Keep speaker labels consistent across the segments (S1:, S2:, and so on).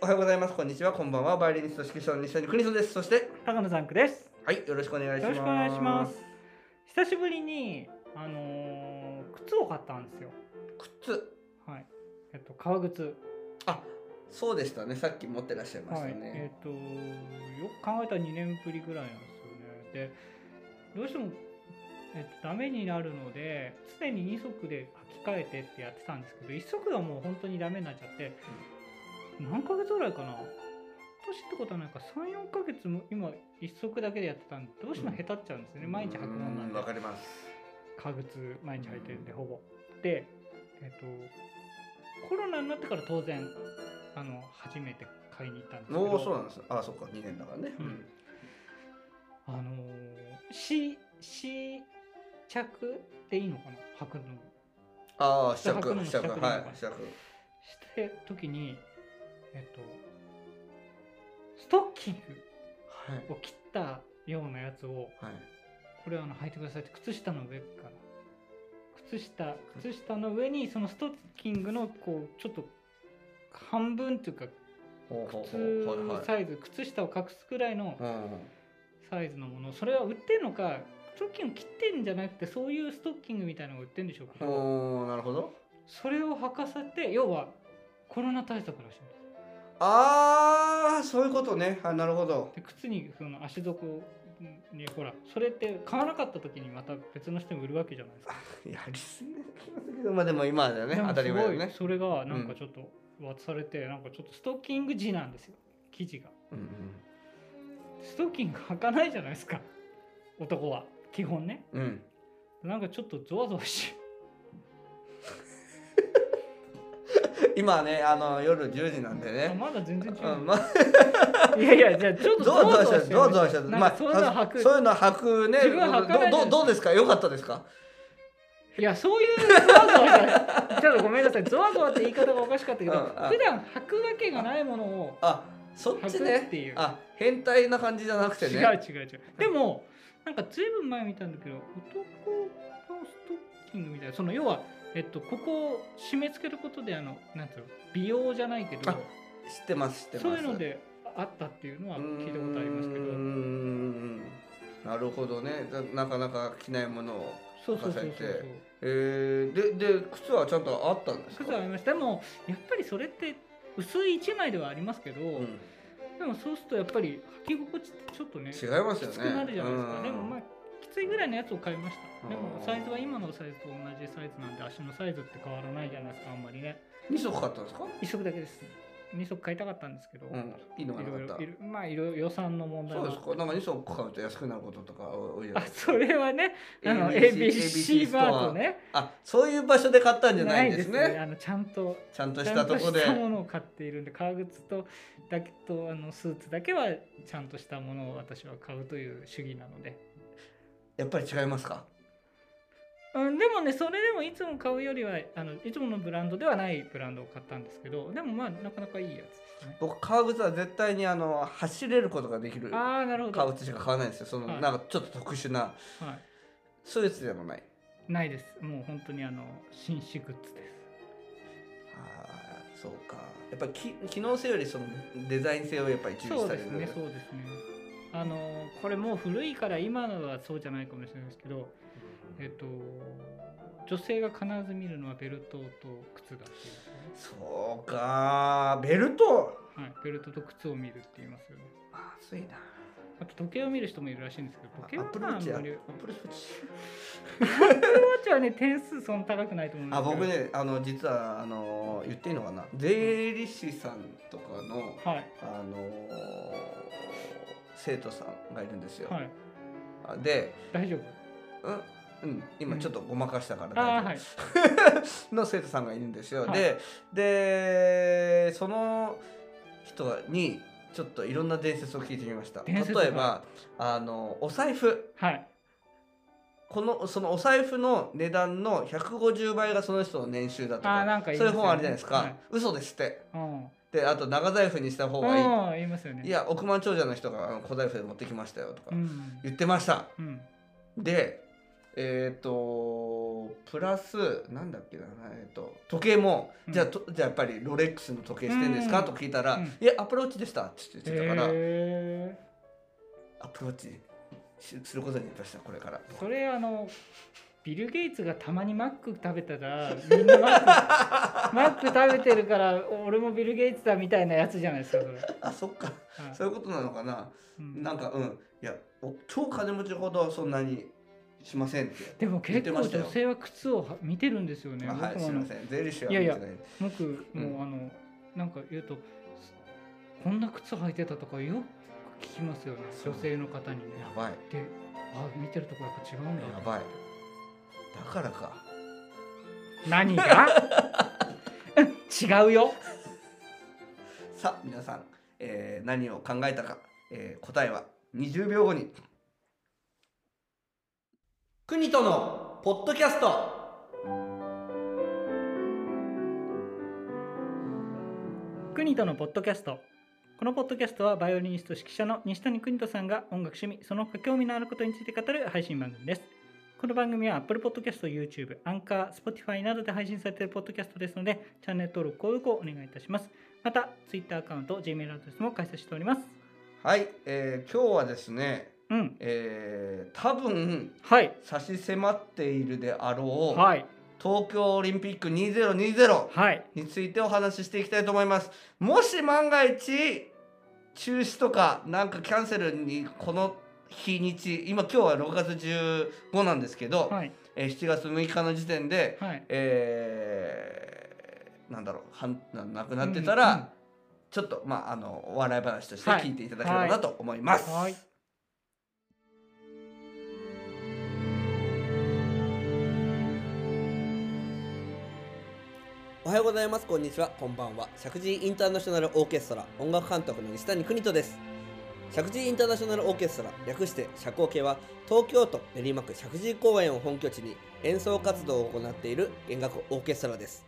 S1: おはようございます。こんにちは。こんばんは。バイオリニスト指揮者の西谷邦人です。そして、
S2: 高野さんくです。
S1: はい、よろしくお願いし
S2: よ
S1: ます。
S2: ろしくお願いします。。久しぶりにあのー靴を買ったんですよ。
S1: 靴、
S2: はい。えっと革靴。
S1: あ、そうでしたね。さっき持ってらっしゃいました
S2: はい。
S1: ね。
S2: えっとよく考えたら2年ぶりぐらいなんですよね。で、どうしてもえっとダメになるので、常に2足で履き替えてってやってたんですけど、1足がもう本当にダメになっちゃって、何ヶ月ぐらいかな。年ってことはないか3、4ヶ月も今1足だけでやってたんでどうしても下手っちゃうんですよね、毎日履くもんなん
S1: う
S2: で
S1: わかります。
S2: 革靴毎日履いてるんでほぼ。で、えっとコロナになってから当然あの初めて買いに行ったんですけ
S1: お
S2: ど
S1: お、そうなんです。あ、そっか、2年だからね。
S2: うんあのー、し試着っていいのかな履くの
S1: ああ、試着、
S2: 試着の
S1: 試着、
S2: 試着の
S1: はい、試着。
S2: して時にえっとストッキン
S1: はい。
S2: グを切ったようなやつを
S1: はい。
S2: これあの履いてくださいって靴下の上から靴下靴下の上にそのストッキングのこうちょっと半分というか
S1: ほうほうほう。はいは
S2: 靴
S1: い。
S2: サイズ靴下を隠すくらいの
S1: うんうん。
S2: サイズのものそれは売ってんのかストッキング切ってんじゃなくてそういうストッキングみたいなのが売ってんでしょうけど
S1: おーなるほど。
S2: それを履かせて要はコロナ対策らしいんです
S1: ああ、そういうことね。あ、なるほど。
S2: で靴にその足底にほらそれって買わなかった時にまた別の人に売るわけじゃないですか
S1: やりすぎだけど、まあでも今だよね。
S2: なん
S1: 当
S2: か
S1: たり前だよ
S2: すごい
S1: ね。
S2: それがなんかちょっと渡されて、なんかちょっとストッキング地なんですよ生地が
S1: うんうん。
S2: ストッキング履かないじゃないですか男は基本ね
S1: うん、
S2: なんかちょっとゾワゾワし
S1: 今ねあの夜10時なんで
S2: あ
S1: ね、
S2: まだ全然違う、
S1: うんまあ、
S2: いやいやじゃあちょっと
S1: どうどうしたどうどうした
S2: な
S1: ま
S2: んか
S1: あ
S2: そういうの履く、
S1: そういうの履くね
S2: 自分は履かない
S1: ど
S2: じ
S1: ど
S2: ゃん
S1: どうですか良かったですか
S2: いやそういうゾワゾワしたちょっとごめんなさいゾワゾワって言い方がおかしかったけど、
S1: うんあ
S2: 普段履くわけがないものを
S1: あそっ
S2: 履
S1: ち
S2: くっ
S1: ね
S2: ていう
S1: あ変態な感じじゃなくてね
S2: 違う違う違うでもなんかずいぶん前見たんだけど男のストッキングみたいなその要は、えっと、ここを締め付けることであのなんていうの美容じゃないけど
S1: あ知ってます知ってます
S2: そういうのであったっていうのは聞いたことありますけど
S1: うーんなるほどねななかなか着ないものを
S2: そうそうそう
S1: 重ね
S2: そう
S1: てえー、でで靴はちゃんとあったんです
S2: そ
S1: か
S2: う靴はありましたでもやっぱりそれって薄い1枚ではありますけど、
S1: うん、
S2: でもそうするとやっぱり履き心地ってちょっとね
S1: 違います
S2: き
S1: よね
S2: つくなるじゃないですか、
S1: うん
S2: でもまあきついぐらいのやつを買いましたで
S1: う
S2: も
S1: ん
S2: サイズは今のサイズと同じサイズなんで足のサイズって変わらないじゃないですかあんまりね
S1: 二足買ったんですか
S2: 1足だけです2足買いたかったんですけど、
S1: うんいいのが
S2: い
S1: な
S2: ろい
S1: かっ
S2: ろ
S1: た
S2: いろまあいろいろ予算の問題
S1: そう
S2: も
S1: で
S2: あっ
S1: す
S2: て
S1: か。なんか二足買うと安くなることとか多いじゃな
S2: あ
S1: いですか。
S2: それはねあの ABC
S1: ストア
S2: バーと。ね
S1: あ、そういう場所で買ったんじゃないんですね。
S2: あのちゃんと
S1: ちゃんと
S2: ち
S1: し
S2: ゃ
S1: た
S2: ん
S1: と
S2: と
S1: こで
S2: し。たものを買っているんで革靴とだけとあのスーツだけはちゃんとしたものを私は買うという主義なので、
S1: やっぱり違いますか。
S2: うん、でもねそれでもいつも買うよりはあのいつものブランドではないブランドを買ったんですけどでもまあなかなかいいやつですね
S1: 僕革靴は絶対にあの走れることができる
S2: ああなるほど、
S1: 革靴しか買わないんですよ。その、
S2: はい
S1: なんかちょっと特殊な
S2: は
S1: スーツでもない。
S2: い、ないですもう本当にあの紳士グッズです
S1: ああ、そうか。やっぱりき機能性よりそのデザイン性をやっぱり重視
S2: そ
S1: さ
S2: うで
S1: れ
S2: す
S1: る。
S2: ねそうですねあのこれもう古いから今のはそうじゃないかもしれないですけどえっと女性が必ず見るのはベルトと靴だっていうんですよね
S1: そうか。ベルト。
S2: はい、ベルトと靴を見るって言いますよね。
S1: まずいな。
S2: あと時計を見る人もいるらしいんですけど、時計
S1: ア
S2: は
S1: ップルウ
S2: ま
S1: ォ
S2: ああ
S1: ッ
S2: ん
S1: チや。ア
S2: ま
S1: ッ
S2: りアッ
S1: プルウォッチ。
S2: プルウォッチはね点数そんな高くないと思うんです
S1: あ
S2: けど。
S1: 僕。ねあの実はあの言っていいのかな税理士さんとかの
S2: はい
S1: あの生徒さんがいるんですよ、
S2: はい
S1: で、
S2: 大丈夫。
S1: うんうん、今ちょっとごまかしたから
S2: あ
S1: 大
S2: あ
S1: 丈夫
S2: は い。
S1: の生徒さんがいるんですよ、
S2: はい
S1: ででその人にちょっといろんな伝説を聞いてみました
S2: 伝説
S1: 例えばあのお財布
S2: はい。
S1: このそのお財布の値段の150倍がその人の年収だと
S2: あ
S1: か
S2: あなんか言
S1: そういう
S2: ますよね
S1: 本あるじゃないですか、
S2: はい
S1: 嘘ですって
S2: うん。
S1: であと長財布にした方がいい、
S2: うん言いますよね。
S1: い。や億万長者の人があの小財布で持ってきましたよとか
S2: うん。
S1: 言ってました、
S2: うん。
S1: でえっ、ととプラスなんだっけな、えっと、時計も、
S2: うん
S1: じゃあとじゃあやっぱりロレックスの時計してんですか、
S2: うん
S1: と聞いたら「
S2: うん
S1: いやアプローチでした」って言ってたから、
S2: へ
S1: アプローチしすることになりましたこれから
S2: ーそれあのビル・ゲイツがたまにマック食べたらみんなマッ クマック食べてるから俺もビル・ゲイツだみたいなやつじゃないですかそれ。
S1: あそっか
S2: はい
S1: そういうことなのかな、
S2: うん
S1: なんかうんいやお超金持ちほどそんなにしませんって
S2: でも
S1: 言っ
S2: 結
S1: て
S2: 構
S1: ましたよ
S2: 女性は靴をは見てるんですよね。
S1: あはい
S2: 僕も
S1: すい
S2: あの
S1: ません税理士はい
S2: やいや
S1: 見てない
S2: 僕も
S1: う
S2: うあのなんか言うとこんな靴履いてたとかよく聞きますよね
S1: そう
S2: 女性の方にね。
S1: やばい
S2: であ見てるとこやっぱ違うんだ
S1: やばいだからか
S2: 何が うん違うよ
S1: さあ皆さん、えー何を考えたか、えー答えは20秒後に国とのポッドキャスト
S2: 国とのポッドキャストこのポッドキャストはバイオリニスト指揮者の西谷邦人さんが音楽趣味その他興味のあることについて語る配信番組ですこの番組は Apple Podcast、YouTube、Anchor、Spotify などで配信されているポッドキャストですのでチャンネル登録・購読をお願いいたしますまた Twitter アカウント、Gmail アドレスも開設しております
S1: はい、えー今日はですね、
S2: うん
S1: えー多分
S2: はい
S1: 差し迫っているであろう、
S2: はい
S1: 東京オリンピック2020
S2: はい
S1: についてお話ししていきたいと思います。もし万が一中止とかなんかキャンセルにこの日にち今今日は6月15なんですけど、
S2: はい
S1: えー7月6日の時点で、
S2: はい
S1: えーなんだろうはんななくなってたら、
S2: うんうん
S1: ちょっとまああのお笑い話として
S2: はい
S1: 聞いていただければなと思います。
S2: はい
S1: おはようございます。こんにちは。こんばんは。石神井インターナショナルオーケストラ音楽監督の西谷邦人です。石神井インターナショナルオーケストラ略して社交系は東京都練馬区石神井公園を本拠地に演奏活動を行っている弦楽オーケストラです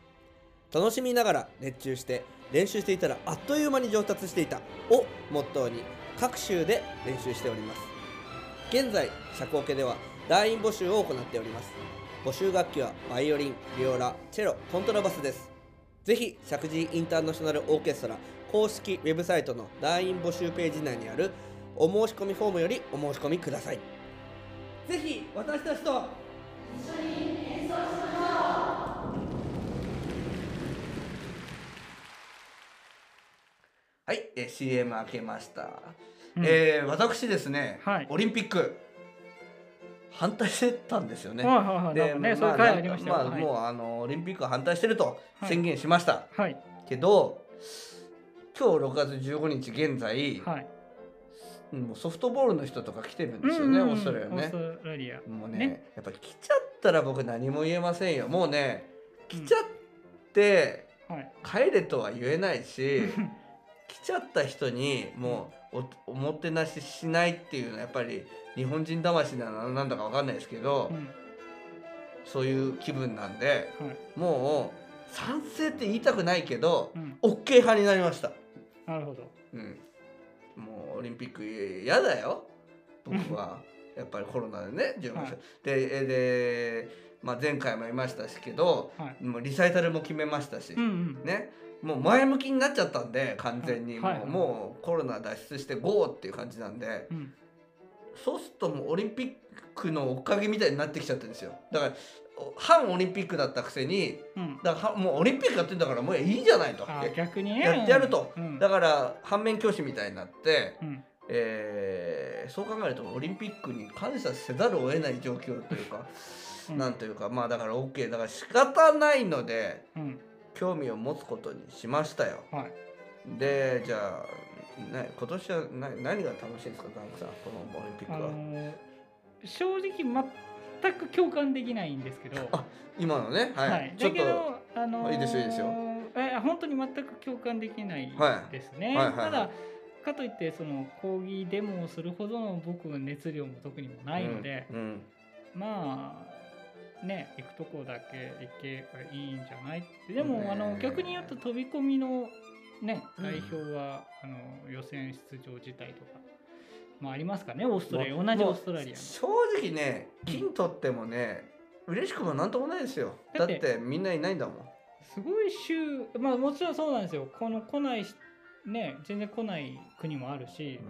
S1: 楽しみながら熱中して練習していたらあっという間に上達していたをモットーに各州で練習しております現在社交系では団員募集を行っております募集楽器はバイオリンビオラチェロコントラバスですぜひ石神井インターナショナルオーケストラ公式ウェブサイトの団員募集ページ内にあるお申し込みフォームよりお申し込みくださいぜひ私たちとはい、えー、CM 開けました、
S2: うん
S1: えー私ですね、
S2: はい
S1: オリンピック反対してたんですよね、
S2: はいはいはいなんかねそういう回ありましたよ
S1: まあ、
S2: はい
S1: もうあのオリンピック反対してると
S2: はい
S1: 宣言しました、
S2: はい
S1: けど今日6月15日現在、
S2: はい
S1: うんもうソフトボールの人とか来てるんですよね、
S2: うんうん
S1: オーストラリア
S2: オー
S1: ね
S2: ス。トラリア
S1: もうね
S2: ね
S1: やっぱ来ちゃったら僕何も言えませんよもうね来ちゃって
S2: はい
S1: 帰れとは言えないし、来ちゃった人にもうおおもてなししないっていうのはやっぱり日本人魂なのなんだかわかんないですけど、
S2: うん
S1: そういう気分なんで
S2: はい
S1: もう賛成って言いたくないけど
S2: う、ん
S1: OK 派になりました。
S2: なるほど。
S1: うん、もうオリンピック嫌だよ僕はやっぱりコロナでね自分も
S2: はい
S1: でえで、まあ、前回も言いましたしけど
S2: はい。
S1: もうリサイタルも決めましたし、
S2: うんうん。。
S1: ねもう前向きになっちゃったんで完全に、
S2: はいはい
S1: もうもうコロナ脱出してゴーっていう感じなんで
S2: うん。
S1: そうするともうオリンピックのおかげみたいになってきちゃってるんですよだからお反オリンピックだったくせに
S2: うん。
S1: だからはもうオリンピックやってんだからもういいじゃないと
S2: あ逆にね。
S1: やってやると
S2: うん。
S1: だから反面教師みたいになって、
S2: うん。
S1: えーそう考えるとオリンピックに感謝せざるを得ない状況というか、
S2: うん
S1: なんというかまあだから OK だから仕方ないので
S2: うん。
S1: 興味を持つことにしましたよ。
S2: はい。
S1: でじゃあな今年はな何が楽しいんですかダンクさんこのオリンピッ
S2: あ
S1: クは。
S2: のー正直全く共感できないんですけど。
S1: あ今のねはい、ちょ
S2: だ
S1: っ
S2: け
S1: と
S2: どあのー
S1: いいですよいいですよ
S2: え本当に全く共感できない
S1: はい
S2: ですね。
S1: はいはいはい
S2: ただ。かといってその抗議デモをするほどの僕の熱量も特にもないので、
S1: うんうん
S2: まあね行くとこだけ行けばいいんじゃないってでも、
S1: ねえ
S2: あの逆に言うと飛び込みのね
S1: うん
S2: 代表は、あの予選出場自体とかもありますかねオーストラリア
S1: もう
S2: 同じ
S1: もう
S2: オーストラリアの
S1: 正直ね金取ってもね、嬉しくもなんともないですよだ
S2: だ
S1: っ
S2: ってて
S1: みんないないんだもん
S2: すごい週まあもちろんそうなんですよこの来ないしね全然来ない国もあるし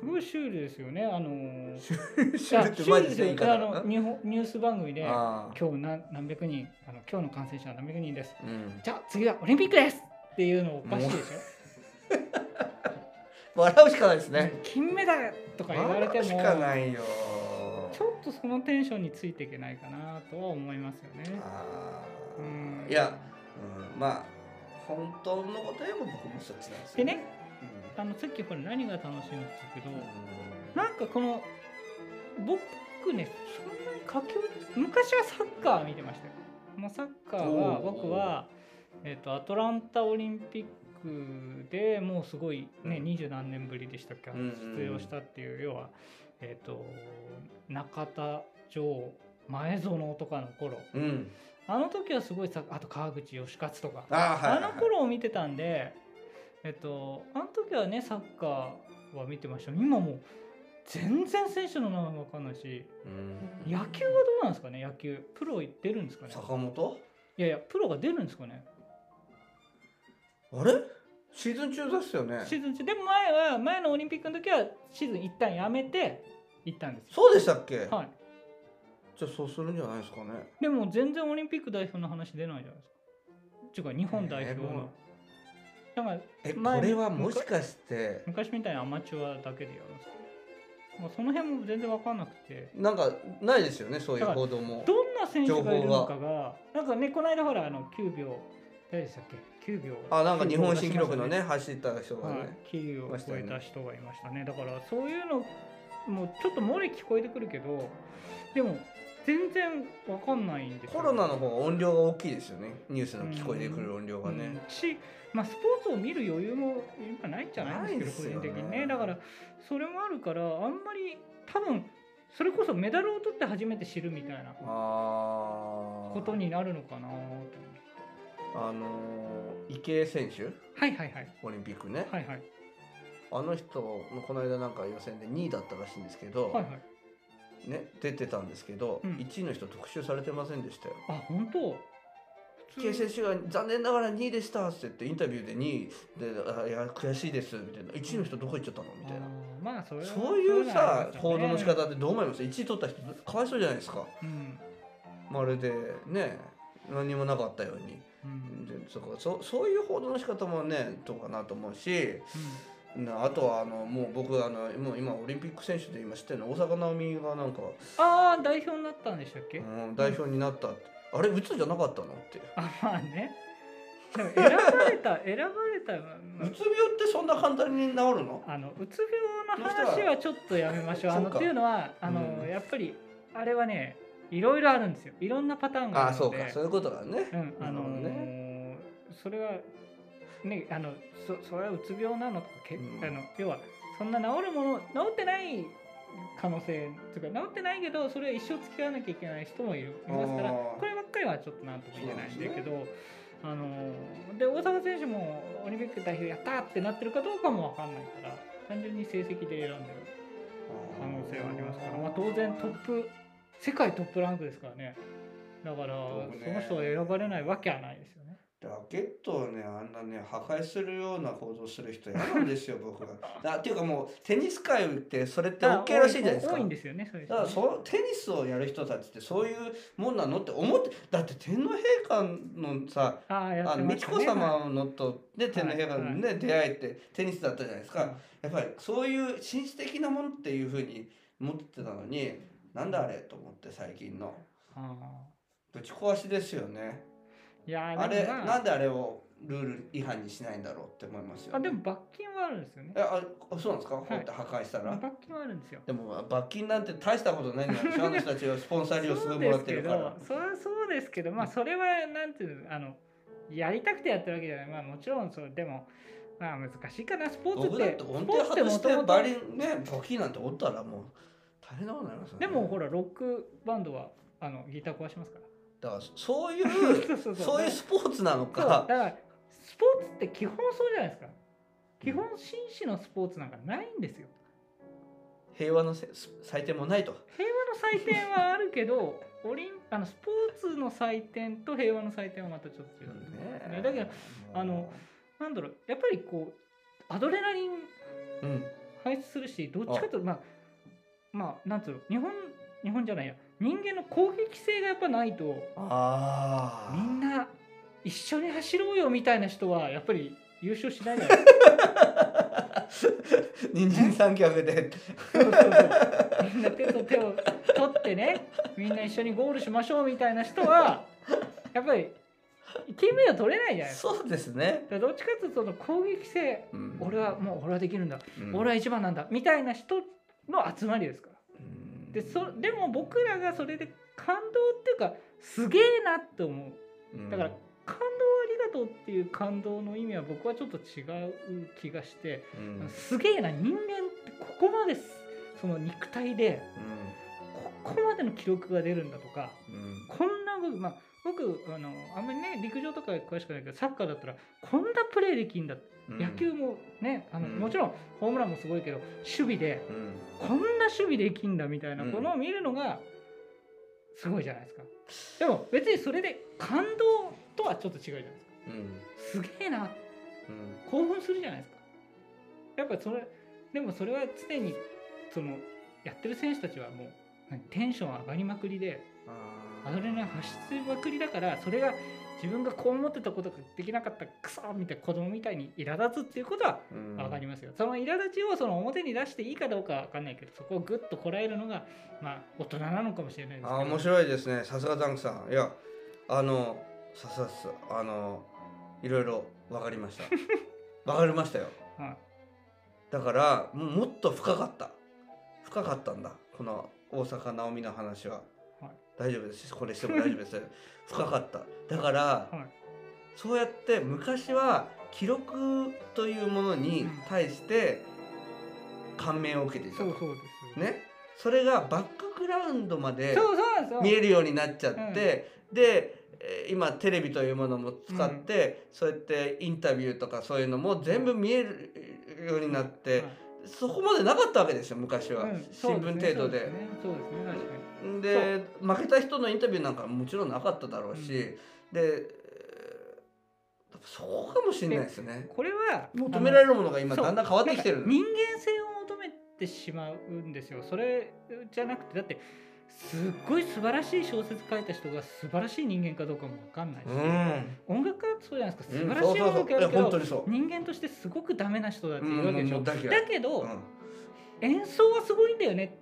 S2: すごいシュールですよねあのー
S1: シュ
S2: いや
S1: ールってマジでいいか
S2: あ
S1: ら
S2: の
S1: な
S2: ニューニュース番組で今
S1: あ
S2: 日何何百人あの今日の感染者は何百人です
S1: ーうん
S2: じゃあ次はオリンピックですっていうのおかしいでし
S1: 笑うしかないです
S2: ょ、
S1: ね
S2: 金メダルとか言われても
S1: 笑うしかないよ
S2: ちょっとそのテンションについていけないかなとは思いますよね。
S1: あー
S2: うん
S1: いや、うん、まあ本当のこと言えば僕もそっちなんですよ
S2: でね、あのさっきほら何が楽しいのって言うけ
S1: うん
S2: どなんかこの僕ねそんなに佳境昔はサッカー見てましたよ。まあ、サッカーは
S1: おー
S2: 僕は、えっとアトランタオリンピックでもうすごいね
S1: うん
S2: 二十、何年ぶりでしたっけ、
S1: うんうん
S2: 出場したっていう要は、えっと中田城前園とかの頃
S1: うん、うん、
S2: あの時はすごいさあと川口義勝とか
S1: あーはいはい
S2: あ
S1: はい
S2: の頃を見てたんで、えっと、あの時はねサッカーは見てました今もう全然選手の名前も分かんないし
S1: うん
S2: 野球はどうなんですかね野球プロ出るんですかね
S1: 坂本
S2: いやいやプロが出るんですかね
S1: あれシーズン中ですよね
S2: シーズン中でも前は前のオリンピックの時はシーズン一旦やめて行ったんですよ
S1: そうでしたっけ、
S2: はい
S1: じゃあそうするんじゃないですかね
S2: でも全然オリンピック代表の話出ないじゃないですかっていうか日本代表
S1: えーも
S2: の
S1: う
S2: だから
S1: えこ
S2: 前に
S1: れはもしかして
S2: 昔みたいにアマチュアだけでやるんですかまあその辺も全然分かんなくて
S1: なんかないですよねそういう報道も
S2: どんな選手がいるのかがなんかねこの間ほらあの9秒誰でしたっけ9秒
S1: あなんか日本新記録のね走った人が
S2: は
S1: ね
S2: い、キーを超えた人がいましたねだからそういうのもうちょっと漏れ聞こえてくるけどでも全然わかんないんですよ
S1: コロナの方が音量が大きいですよねニュースの聞こえてくる音量が
S2: うん
S1: ね、
S2: し、まあ、スポーツを見る余裕も今ないんじゃないんですけど
S1: ないですよね
S2: 個人的にねだからそれもあるからあんまり多分それこそメダルを取って初めて知るみたいな
S1: ああ
S2: ことになるのかなと思って
S1: あのー池江選手
S2: はいはいはい
S1: オリンピックね、
S2: はいはい
S1: あの人のこの間なんか予選で2位だったらしいんですけど、
S2: はいはい
S1: ね、出てたんですけど、
S2: うん
S1: 1位の人特集されてませんでしたよ
S2: あ本当普
S1: 池江
S2: 通
S1: 選手が残念ながら2位でしたって言ってインタビューで2位であいや悔しいですみたいな1位の人どこ行っちゃったのみたいな
S2: あーまあそれは
S1: そういうさ
S2: そう
S1: 報
S2: な
S1: 道
S2: ん
S1: の
S2: で
S1: 仕
S2: すよね
S1: 方ってどう思います1位取った人かわいそうじゃないですか
S2: うん
S1: まるでね何もなかったように
S2: うんうん
S1: でそこそそういう報道の仕方もねどうかなと思うしなあとはあのもう僕あのもう今オリンピック選手で今知ってるの大坂なおみがなんか、
S2: ああ代表になったんでしたっけ、
S1: うん、代表になったってあれうつじゃなかったのって
S2: あまあねでも選ばれた 選ばれた、まあま
S1: うつ病ってそんな簡単に治るの
S2: あ、あのうつ病の話はちょっとやめましょうあ
S1: そ
S2: の
S1: う
S2: っ
S1: か
S2: ていうのはあの、
S1: うん
S2: やっぱりあれはねいろいろあるんですよいろんなパターンが
S1: あ
S2: あ
S1: あ
S2: る
S1: そ
S2: の
S1: う
S2: で
S1: かそういうことだね
S2: うんあの
S1: なるほど
S2: それはねあのそそれはうつ病なのとかけ、
S1: うん
S2: あの要はそんな治るもの治ってない可能性というか治ってないけどそれは一生付き合わなきゃいけない人もいるいますから
S1: あー
S2: こればっかりはちょっとなんとも言えないんだけど、
S1: そ
S2: あので大阪選手もオリンピック代表やったーってなってるかどうかもわかんないから単純に成績で選んでる可能性はありますから、まあ、当然トップ世界トップランクですからねだから、
S1: そうね
S2: その人は選ばれないわけはないですよね
S1: ラケットをねあんなね破壊するような行動する人嫌なんですよ 僕はだっていうかもうテニス界ってそれって OK らしいじゃないですか
S2: 多いんですよねそういう
S1: だ
S2: 人
S1: か
S2: ね
S1: らそテニスをやる人たちってそういうもんなのって思ってだって天皇陛下のさ
S2: ああや
S1: あ
S2: って
S1: の
S2: ま
S1: 美
S2: し
S1: 智
S2: た
S1: 子
S2: ね
S1: 様のと、ね天皇陛下
S2: は
S1: の、
S2: い
S1: ね出会いってテニスだったじゃないですか、
S2: はい
S1: やっぱりそういう紳士的なものっていうふうに持ってたのになんだあれと思って最近の
S2: あ
S1: ぶち壊しですよね
S2: ーいやー
S1: あれ
S2: でもまあ
S1: なんであれをルール違反にしないんだろうって思いますよ、ね、
S2: あでも罰金はあるんですよね
S1: えああそうなんですか、
S2: い
S1: こうやって破壊したら
S2: 罰金はあるんですよ
S1: でも罰金なんて大したことないんだよあの人たちはスポンサー料すごいもらってるから
S2: そうですけどそれはそうですけどまあそれはなんていうのあのやりたくてやってるわけじゃないまあもちろんそうでもまあ難しいかなスポーツっ
S1: 僕だってて
S2: ス
S1: 音
S2: ポー
S1: 程
S2: ツって
S1: 外
S2: も
S1: し
S2: と
S1: て
S2: もと
S1: バリンねボキなんておったらもう大変なことになりますよね
S2: でもほらロックバンドはあのギター壊しますから
S1: だからそうい
S2: そううそうそう
S1: そういうスポーツなの
S2: そうだ
S1: か
S2: からスポーツって基本そうじゃないですか基本紳士のスポーツなんかないんですよ
S1: 平和のせ祭典もないと
S2: 平和の祭典はあるけ どオリンあのスポーツの祭典と平和の祭典はまたちょっと違うんですねだけどあのなんだろうやっぱりこうアドレナリン
S1: うん
S2: 排出するしどっちかというとまあまあなんつうの日本日本じゃないや人間の攻撃性がやっぱないと
S1: ああ
S2: みんな一緒に走ろうよみたいな人はやっぱり優勝しないじゃない
S1: 人参三脚で
S2: そうそうそうみんな手と手を取ってねみんな一緒にゴールしましょうみたいな人はやっぱり金メダル取れないじゃないですか
S1: そうですね、
S2: だからどっちかというとその攻撃性
S1: うん
S2: 俺はもう俺はできるんだ、
S1: うん
S2: 俺は一番なんだみたいな人の集まりですから
S1: うん
S2: でそでも僕らがそれで感動っていうかすげえなって思うだから感動ありがとうっていう感動の意味は僕はちょっと違う気がして、
S1: うんうんうん
S2: すげえな人間ってここまですその肉体でここまでの記録が出るんだとか
S1: うん
S2: こんな僕,、まあ、僕あのあんまりね陸上とか詳しくないけどサッカーだったらこんなプレーできんだ、
S1: うん
S2: 野球もねあの、
S1: うん
S2: もちろんホームランもすごいけど守備で
S1: うん
S2: こんな守備できんだみたいな
S1: うん
S2: ものを見るのがすごいじゃないですか、でも別にそれで感動とはちょっと違うじゃないですか
S1: うん
S2: すげえな
S1: うん
S2: 興奮するじゃないですかやっぱそれでもそれは常にそのやってる選手たちはもう何テンション上がりまくりでアドレナリン発出まくりだからそれが自分がこう思ってたことができなかったクソみたいな子供みたいに苛立つっていうことは
S1: うん
S2: わかりますよ。その苛立ちをその表に出していいかどうかわかんないけど、そこをぐっとこらえるのが、まあ、大人なのかもしれないですけど。
S1: あー面白いですねさすがザンクさんいやあのさすがですあのいろいろ分かり ました分かりましたよ
S2: はい
S1: だからもうもっと深かった深かったんだこの大阪直美の話は、
S2: はい
S1: 大丈夫ですこれしても大丈夫です 深かっただから、
S2: はい
S1: そうやって昔は記録というものに対して感銘を受けていたと
S2: そうそうです。。
S1: ねそれがバックグラウンドまで
S2: そうそうそう。
S1: 見えるようになっちゃって、でえー今テレビというものも使って、そうやってインタビューとかそういうのも全部見えるようになって、
S2: はい
S1: そこまでなかったわけですよ昔は、
S2: うん
S1: 新聞程度で。
S2: そうですね、そうですね確かに。
S1: で負けた人のインタビューなんかもちろんなかっただろうし、
S2: うん
S1: でえーそこかもしれないですね。
S2: これは
S1: 求められ
S2: る
S1: るものが今だんだん変わってきてる
S2: 人間性を求めてしまうんですよ。それじゃなくて、だって、すっごい素晴らしい小説書いた人が素晴らしい人間かどうかもわかんないし、
S1: うん、
S2: 音楽家はそうじゃないですか、素晴ら
S1: うん
S2: しい
S1: そうそう
S2: 音楽
S1: そう
S2: や
S1: いや
S2: るけど、
S1: 本当にそう。
S2: 人間としてすごくダメな人だっていうわけでしょ、
S1: うんうんうんだけど
S2: だけど、演奏はすごいんだよね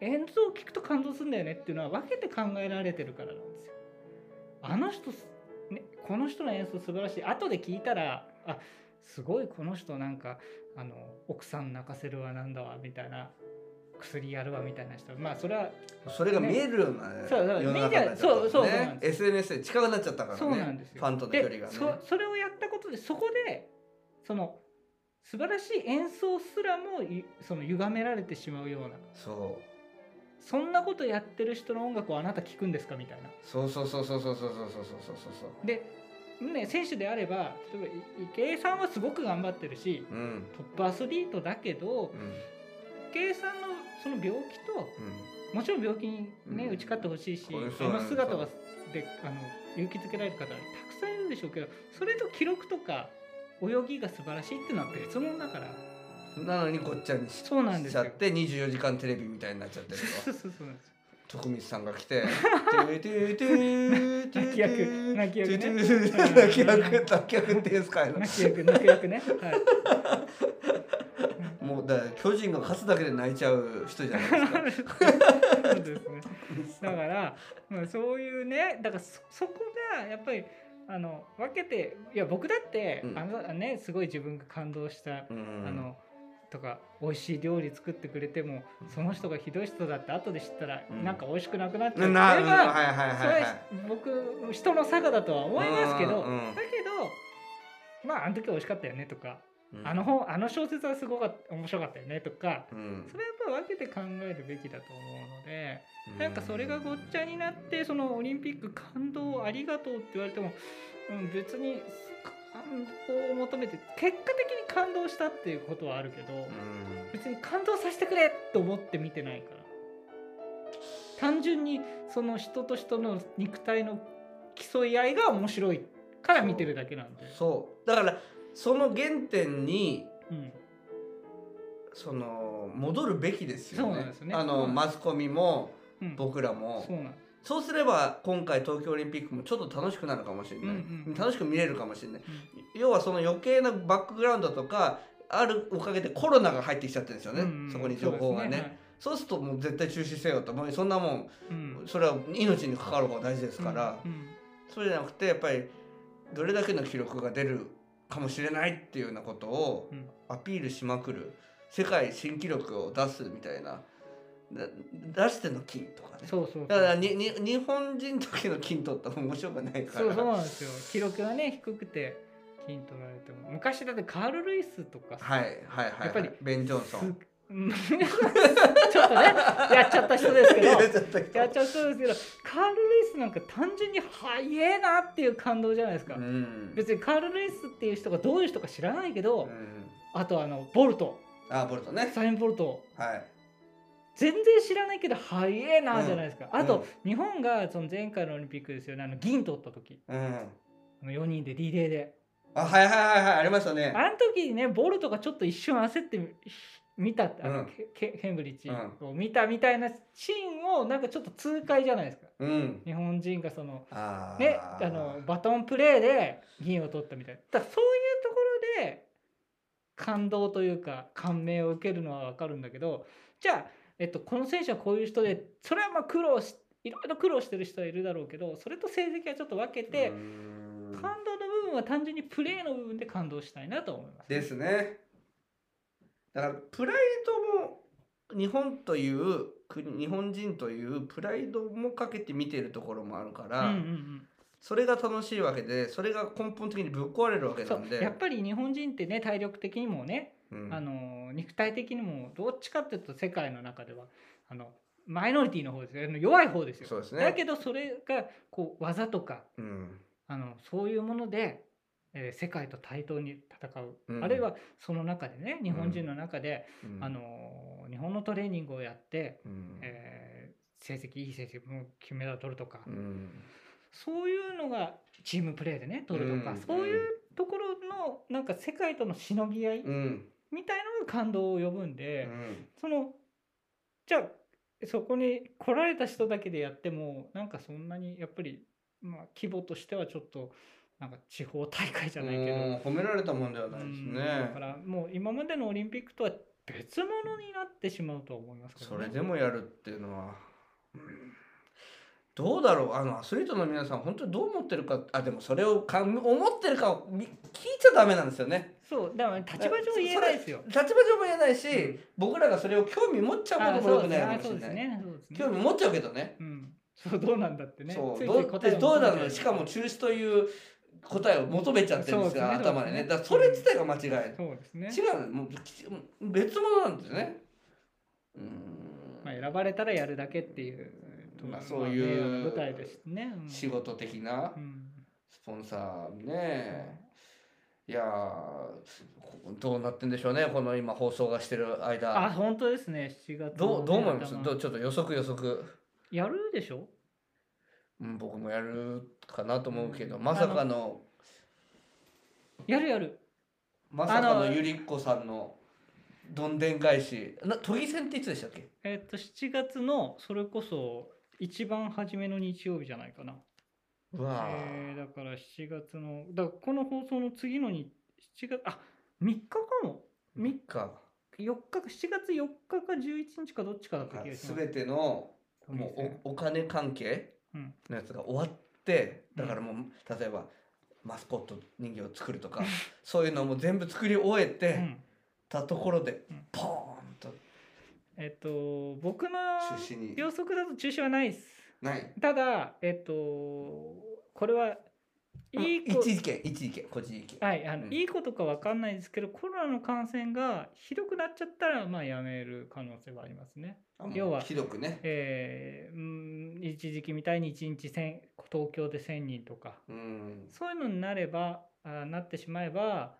S2: 演奏を聞くと感動するんだよねっていうのは分けて考えられてるからなんですよあの人す、ね、この人の演奏素晴らしい後で聞いたらあすごいこの人なんかあの奥さん泣かせるわなんだわみたいな薬やるわみたいな人まあそれは
S1: それが見えるような、
S2: ねそうそう
S1: 世の中になっちゃった
S2: そうそうそうそうなん
S1: ね
S2: で
S1: SNS で近くなっちゃったからね
S2: そうなんですよ
S1: ファンとの距離が
S2: でそ
S1: ね
S2: それをやったことでそこでその素晴らしい演奏すらもいその歪められてしまうような
S1: そう
S2: そんなことやってる人の音楽をあなた聞くんですかみたいな。
S1: そうそうそうそうそうそうそうそうそう
S2: で、ね、選手であれば例えばい池江さんはすごく頑張ってるし
S1: うんうん
S2: トップアスリートだけ
S1: う
S2: ど
S1: ん
S2: 池江さんのその病気ともちろん病気に、ね
S1: うん
S2: 打ち勝ってほしいし
S1: これ
S2: あ
S1: そうなん
S2: の
S1: です
S2: 姿はであの勇気づけられる方たくさんいるでしょうけどそれと記録とか泳ぎが素晴らしいっていうのは別物だから
S1: うんなのにこっちゃにし
S2: そうなんで
S1: し
S2: す
S1: ちゃ
S2: よ
S1: っ。て24時間テレビみたいになっちゃってる
S2: そうそうそうなんですよ
S1: 徳光さんが来て「トゥトゥトゥトゥ
S2: 泣き役泣き役ね
S1: トゥトゥ泣き役脱却っていうんですかあの
S2: 泣く役泣く役ね。はい
S1: もうだから巨人が勝つだけで泣いちゃう人じゃないですか
S2: そうですね。
S1: 徳光さ
S2: だ
S1: ん
S2: から、まあ、そういうねだからそそこがやっぱりあの分けていや僕だって、
S1: うん
S2: あのねすごい自分が感動した、
S1: うん
S2: あのとか美味しい料理作ってくれてもその人がひどい人だって後で知ったら、
S1: うん
S2: なんか美味しくなくなっちゃう
S1: な
S2: って
S1: な
S2: ば、
S1: はいはいはい
S2: それ
S1: はい
S2: は僕人の差がだとは思いますけど、
S1: うんうん
S2: だけどまああの時美味しかったよねとか、
S1: うん
S2: あの本あの小説はすごかった面白かったよねとか
S1: うん
S2: それはやっぱ分けて考えるべきだと思うので。なんかそれがごっちゃになってそのオリンピック感動ありがとうって言われても、うん、別に感動を求めて結果的に感動したっていうことはあるけど、
S3: うん
S2: 別に感動させてくれと思って見てないから単純にその人と人の肉体の競い合いが面白いから見てるだけなんで
S1: そうだからその原点に
S2: うん
S1: その戻るべきですよね
S2: そうなんですよね
S1: あの
S2: うん
S1: マスコミも
S2: うん
S1: 僕らも
S2: そうなん
S1: そうすれば今回東京オリンピックもちょっと楽しくなるかもしれない、
S2: うんうん
S1: 楽しく見れるかもしれない
S2: うん
S1: 要はその余計なバックグラウンドとかあるおかげでコロナが入ってきちゃってるんですよね、
S2: うんうん
S1: そこに情報がねそう
S2: そう
S1: するともう絶対中止せよともうそんなもん
S2: ですねはいうん
S1: それは命に関わる方が大事ですから、
S2: うん
S1: そうじゃなくてやっぱりどれだけの記録が出るかもしれないっていうようなことを
S2: うん
S1: アピールしまくる世界新記録を出すみたいなだ出しての金とかね
S2: そうそうそう
S1: だからにに日本人だけの金取ったら面白くないから
S2: そうそうなんですよ記録がね低くて金取られても昔だってカール・ルイスとかさ
S1: はいはいはい、はい、
S2: やっぱり
S1: ベン・ジョンソン
S2: うん ちょっとねやっちゃった人ですけど
S1: や っちゃった人
S2: やっちゃそうですけどカール・ルイスなんか単純に速えなっていう感動じゃないですか、
S1: うん
S2: 別にカール・ルイスっていう人がどういう人か知らないけど、
S1: うん
S2: あとあのボルト
S1: あボルトね
S2: サイン・ボルト
S1: はい
S2: 全然知らないけど速えなじゃないですか、
S1: うん
S2: あと、日本がその前回のオリンピックですよねあの銀取った時
S1: うん
S2: あの4人でリレーで
S1: あはいはいはいはいありましたね
S2: あの時にねボルトがちょっと一瞬焦ってみ見たあの、
S1: うん
S2: ケケケンブリッジを見たみたいなシーンをなんかちょっと痛快じゃないですか
S1: うん
S2: 日本人がその
S1: あー
S2: ね、あのバトンプレーで銀を取ったみたいなだからそういうところで感動というか感銘を受けるのは分かるんだけどじゃあ、えっと、この選手はこういう人でそれはまあ苦労しいろいろ苦労してる人はいるだろうけどそれと成績はちょっと分けて
S1: う、ん
S2: 感動の部分は単純にプレーの部分で感動したいなと思います。
S1: ですね。だからプライドも日本という国日本人というプライドもかけて見ているところもあるか
S2: うん
S1: ら、
S2: うんうん
S1: それが楽しいわけでそれが根本的にぶっ壊れるわけな
S2: そ
S1: ん
S2: う
S1: で
S2: やっぱり日本人ってね体力的にもね
S1: うん
S2: あの肉体的にもどっちかっていうと世界の中ではあのマイノリティの方ですよあの弱い方ですよ
S1: そうですね
S2: だけどそれがこう技とか
S1: うん
S2: あのそういうもので、えー世界と対等に戦う、
S1: うん
S2: あるいはその中でね日本人の中で、
S1: うん
S2: あの日本のトレーニングをやって、
S1: うん
S2: えー成績いい成績もう金メダル取るとか、
S1: うん
S2: そういうのがチームプレーでね取るとか、
S1: うん
S2: そういうところのなんか世界とのしのぎ合い
S1: うん
S2: みたいなのが感動を呼ぶんで。
S1: うん
S2: そのじゃあそこに来られた人だけでやってもなんかそんなにやっぱり、まあ、規模としてはちょっとなんか地方大会じゃないけど、
S1: うん褒められたもんではないです
S2: うん
S1: ね。
S2: だからもう今までのオリンピックとは別物になってしまうとは思いますけど、
S1: それでもやるっていうのは、うんどうだろうあのアスリートの皆さん本当にどう思ってるかあでもそれをかん思ってるかをみ聞いちゃダメなんですよね
S2: そうだからね立場上言えないですよ。
S1: 立場上も言えないし、僕らがそれを興味持っちゃうこともよくないかもしれない、
S2: あそうですね。
S1: 興
S2: そうですね
S1: 味持っちゃうけどね
S2: うん、そうどうなんだってね。
S1: そう
S2: つい
S1: ど
S2: ついう答え
S1: で
S2: を
S1: どうな
S2: 求め
S1: の
S2: ち
S1: し
S2: ゃ
S1: かも中止という答えを求めちゃってるんですよ
S2: そうですね
S1: 頭でね
S2: そうですね
S1: だからそれ自体が間違いない、
S2: そうですね。
S1: 違うもうき別物なんですねうん
S2: まあ選ばれたらやるだけっていう、
S1: まあそういう
S2: まあ名誉の舞台ですね。うん
S1: 仕事的な
S2: うん
S1: スポンサーねいやーこどうなってんでしょうねこの今放送がしてる
S2: あ、
S1: 間
S2: 本当ですね。7月のね、
S1: どうどう思います
S2: 頭
S1: どうちょっと予測予測、
S2: やるでしょ
S1: うん、僕もやるかなと思うけどまさかの
S2: やるやる。
S1: まさか
S2: あ
S1: の
S2: の
S1: ゆりっこさんのどんでん返しな都議選っていつでしたっけ
S2: えっ、と、7月の、それこそ、一番初めの日曜日じゃないかな。
S1: うわ
S2: えーだから7月の、だからこの放送の次のに、7月、あ、3日かも。
S1: ー、3日
S2: 4日か、7月4日か11日かどっちかだった気がします。
S1: 全ての
S2: 都議
S1: もう
S2: 選
S1: おお金関係
S2: うん
S1: のやつが終わって
S2: うん
S1: だからもう例えばマスコット人形を作るとかそういうのも全部作り終えて。
S2: うん
S1: たところで
S2: うん
S1: ポーンと
S2: えっ、と、僕の
S1: 中止に
S2: 予測だと中止はないです。
S1: ない
S2: ただ、えっと、これはいいこ
S1: 一意見一意見個人意見
S2: はい、あの
S1: うん
S2: いいことかわかんないですけどコロナの感染がひどくなっちゃったら、まあ、やめる可能性はありますね。
S1: あもう
S2: 要は
S1: ひどくね
S2: えーうん一時期みたいに1日1000東京で1,000人とか
S1: うん
S2: そういうのになればあなってしまえば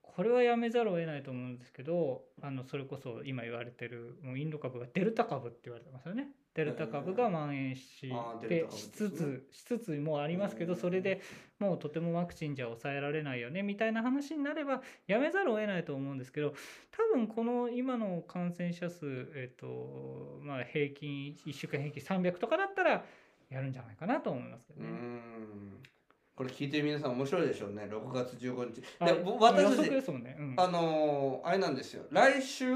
S2: これはやめざるを得ないと思うんですけどあのそれこそ今言われてるもうインド株がデルタ株って言われてますよね。デルタ株が蔓延し
S1: あーデル
S2: て
S1: タ株
S2: し
S1: ですね
S2: つつしつつもうありますけどそれでもうとてもワクチンじゃ抑えられないよねみたいな話になればやめざるを得ないと思うんですけど多分この今の感染者数、えっとまあ、平均1週間平均300とかだったらやるんじゃないかなと思いますけど
S1: う
S2: ね。
S1: んこれ聞いて皆さん面白いでしょうね6月15日
S2: あ
S1: でぼ私
S2: 予
S1: た
S2: 測
S1: ち
S2: ですもんね。うん
S1: あのーあれなんですよ来週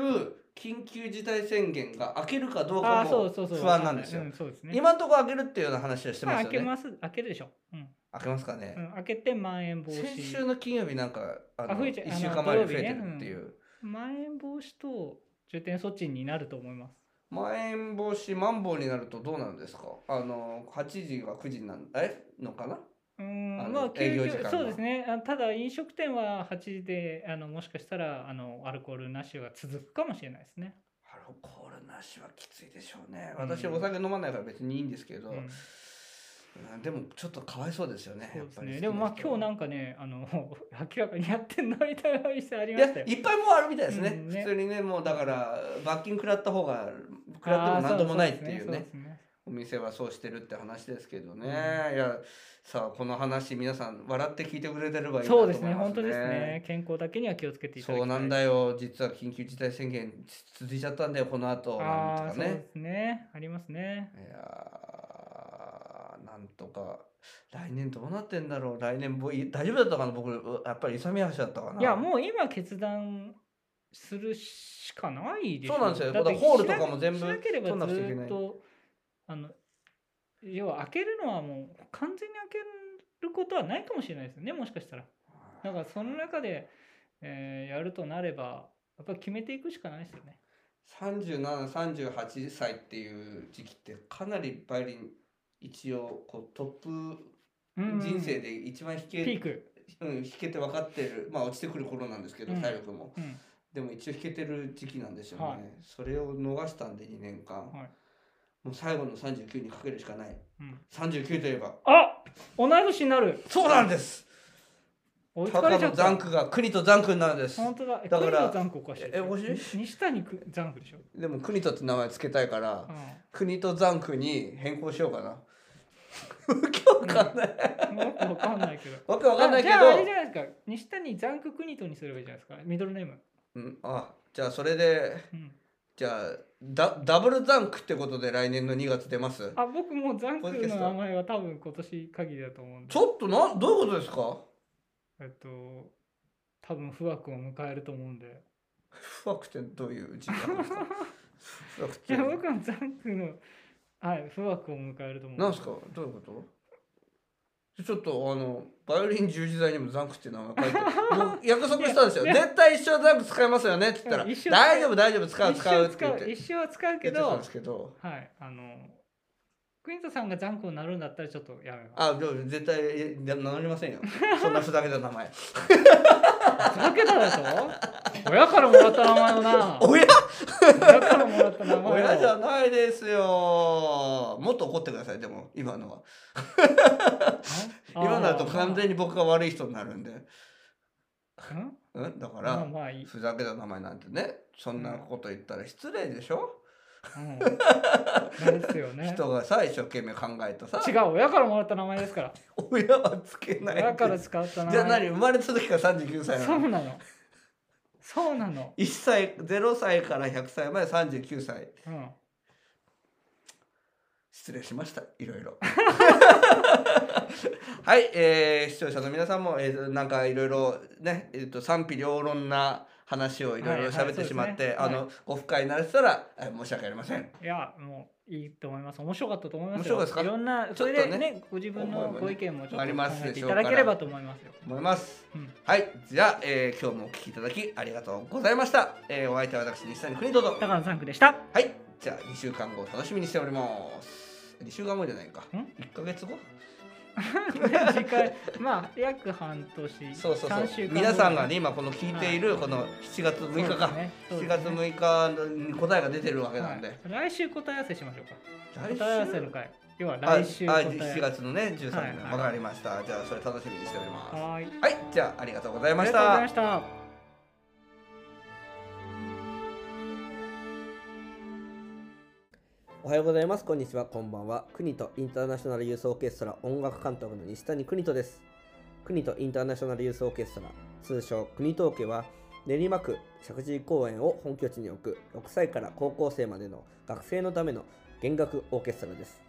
S1: 緊急事態宣言が明けるかどうか
S2: あーそう
S1: も
S2: そうそう
S1: 不安なんですよ
S2: うそうですね。
S1: 今のところ明けるっていうような話をして
S2: ま
S1: ま
S2: あ
S1: す
S2: 開
S1: よ
S2: け
S1: ね
S2: ます開けるでしょ。うん。
S1: 明けますかね
S2: うん、開けてまん延防
S1: 先
S2: 止。
S1: 週の金曜日なんかあの
S2: あ増えちゃ
S1: 1
S2: あの
S1: 週間前より
S2: 土
S1: 増
S2: 曜
S1: え
S2: 日
S1: て
S2: ね
S1: るっていう
S2: まん延防止等重点措置になると思います。
S1: まん延防止マンボウになるとどうなんですかあの8時が9時になるえのかな
S2: うー
S1: あ
S2: ん
S1: の
S2: まあ
S1: 営業
S2: 休
S1: 時間
S2: 業
S1: が
S2: そうですねあただ飲食店は8時であのもしかしたらあのアルコールなしが続くかもしれないですね。
S1: アルコールなしはきついでしょうね
S2: うん
S1: 私お酒飲まないから別にいいんですけど、
S2: うん
S1: うんでもちょっとかわいそうですよね
S2: そうです
S1: やっぱり好きな
S2: ね
S1: 人
S2: でもまあ今日なんかねあの 明らかにやってんのみたい な店あり
S1: い
S2: ま
S1: や
S2: したよ。
S1: いっぱいもうあるみたいですね,、
S2: うんね
S1: 普通にねもうだから罰金食らった方が食らっても何ともないってい
S2: あー
S1: う
S2: そ
S1: ね
S2: そですね
S1: お店はそうしてるって話ですけどね、
S2: う
S1: いやさあこの話皆さん笑って聞いてくれてればいいなと
S2: そう
S1: 思いま
S2: で
S1: すす
S2: ね
S1: ね
S2: 本当ですね健康だけには気をつけていただ
S1: そ
S2: きた
S1: う
S2: い
S1: なんだよ実は緊急事態宣言続いちゃったんだよこの後なん
S2: ああ
S1: と
S2: ーそ
S1: か
S2: う
S1: ね
S2: ですねありますね
S1: いやーなんとか来年どうなってんだろう来年もうい大丈夫だったかな僕うやっぱり勇み足だったかない
S2: いやもう今決断するしかないでしょ
S1: そうなんですよ
S2: だって
S1: だからホールとかも全部
S2: しなければ
S1: 取んなくちゃいけ
S2: ず
S1: ない
S2: っとあの要は開けるのはもう完全に開けることはないかもしれないですよねもしかしたらだからその中で、えーやるとなればやっぱり決めていくしかないですよね
S1: 3738歳っていう時期ってかなりバイオリン一応こうトップ
S2: うん
S1: 人生で一番弾
S2: ピ
S1: け,、
S2: ーク、
S1: うん、弾けて分かってるまあ落ちてくる頃なんですけど
S2: うん
S1: 体力も、
S2: うん
S1: でも一応弾けてる時期なんですよね、
S2: はい
S1: それを逃したんで2年間、
S2: はい
S1: もう最後の39にかけるしかない
S2: うん、
S1: 39といえば
S2: あ同い年になる
S1: そうなんです
S2: 追いつ
S1: 高
S2: かれちゃ
S1: の
S2: っ
S1: 残
S2: た
S1: クが国と残クになるんです
S2: 本当だ。
S1: だ
S2: だ
S1: か
S2: からら、の残酷おかしいですよ。
S1: えおかしい
S2: に西谷く残酷でしょ。
S1: でも国とって名前つけたいから
S2: う
S1: 国と残クに変更しよう かな今日かんない
S2: ん。よくわかんないけど。
S1: わ けわかんないけど
S2: あじゃああれじゃないですか。西谷残酷国とにすればいいじゃないですか。ミドルネーム。
S1: うん、あじゃあそれで
S2: うん、
S1: じゃあダダブルザンクってことで来年の2月出ます
S2: あ、僕も残
S1: ポッ
S2: 酷
S1: ドキャス
S2: の
S1: ト
S2: 名前は多分今年限りだと思うんで。
S1: ちょっとなどういうことですか
S2: えっと、多分不惑を迎えると思うんで。
S1: 不惑ってどういう字なんですか不惑っ
S2: じ
S1: て
S2: ゃあ僕は残酷の、はい、不惑を迎えると思う
S1: なんですかどういうことちょっとあのバイオリン十字剤にもザンクっていう名前書いて もう約束したんですよ
S2: いやいや
S1: 絶対一生ザンク使いますよねって言ったら
S2: うん一生
S1: 「大丈夫大丈夫使う
S2: 一
S1: 使う」
S2: 生
S1: って言
S2: 使
S1: っ
S2: う。
S1: て
S2: 一生は使うけ
S1: 言ってたん
S2: ど
S1: で、すけど
S2: はい、あの、クイントさんが残酷になるんだったらちょっとやめます。
S1: あでも絶対いや名乗りませんよそんなふざけた名前
S2: ふざけただと親からもらった名前をな
S1: 親
S2: 親からもらった名前を
S1: 親じゃないですよもっと怒ってくださいでも今のは今のだと完全
S2: に
S1: に僕が悪い人になるんでうんだか
S2: まあ
S1: ら
S2: まあいい、
S1: ふざけた名前なんてねそんなこと言ったら失礼でしょ
S2: うん、なんですよね
S1: 人がさ一生懸命考えたさ
S2: 違う親からもらった名前ですから
S1: 親はつけない
S2: 親
S1: ん
S2: から
S1: です
S2: 使った名前
S1: じゃあ何生まれた時から39歳な
S2: そう
S1: の
S2: なのそうなの、
S1: 1歳0歳から100歳まで39歳
S2: うん、
S1: 失礼しましたいろ いろはい、えー視聴者の皆さんも、えーなんかいろいろね、えー、と賛否両論な話をいろい
S2: はい
S1: ろ
S2: はい
S1: 喋ってしまって、
S2: そうですねは
S1: あ
S2: い
S1: のご不快になれてたら、えー申し訳ありません
S2: いやもういいと思います面白かったと思いますよ
S1: 面白かったですか
S2: いろんな
S1: ちょ
S2: そ
S1: っと
S2: れ
S1: ね
S2: でねご自分
S1: 思い
S2: の
S1: もね
S2: ご意見もちょっ
S1: あり
S2: と考
S1: ます
S2: え
S1: でし
S2: てい
S1: ょうか
S2: た
S1: ら
S2: だければと思いますよ、
S1: 思います
S2: うん、
S1: はいじゃあ、えー今日もお聞きいただきありがとうございました、えーお相手は私西谷邦人と
S2: 高野サンクでした
S1: はいじゃあ2週間後楽しみにしております2週間後じゃないか
S2: ん
S1: 1ヶ月後
S2: 時間まあ約半年
S4: そうそうそう
S2: 3週間
S4: 皆さんが
S2: ね
S4: ね今この聞いているこの7月6日か、7月
S2: 日
S4: 6日に答えが出てるわけなんで、
S2: 来週答え合わせしましょうか
S4: 来週
S2: 答え合わせの回要は
S4: ああ
S2: 来週答え合わ
S4: 7月のね13日、
S2: はいはい
S4: わかりましたじゃあそれ楽しみにしております
S2: せはいあり
S4: はいじゃあありがとうございま
S2: がと
S4: し
S2: うござい
S4: た
S2: ました
S1: おはようございます。こんにちは。こんばんは。国とインターナショナルユースオーケストラ音楽監督の西谷邦人です。国とインターナショナルユースオーケストラ、通称国東家は、練馬区石神井公園を本拠地に置く6歳から高校生までの学生のための弦楽オーケストラです。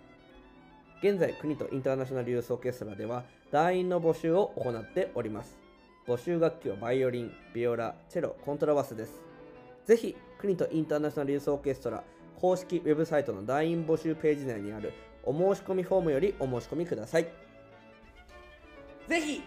S1: 現在、国とインターナショナルユースオーケストラでは、団員の募集を行っております。募集楽器はバイオリン、ビオラ、チェロ、コントラバスです。ぜひ、国とインターナショナルユースオーケストラ公式ウェブサイトの団員募集ページ内にあるお申し込みフォームよりお申し込みください。ぜひ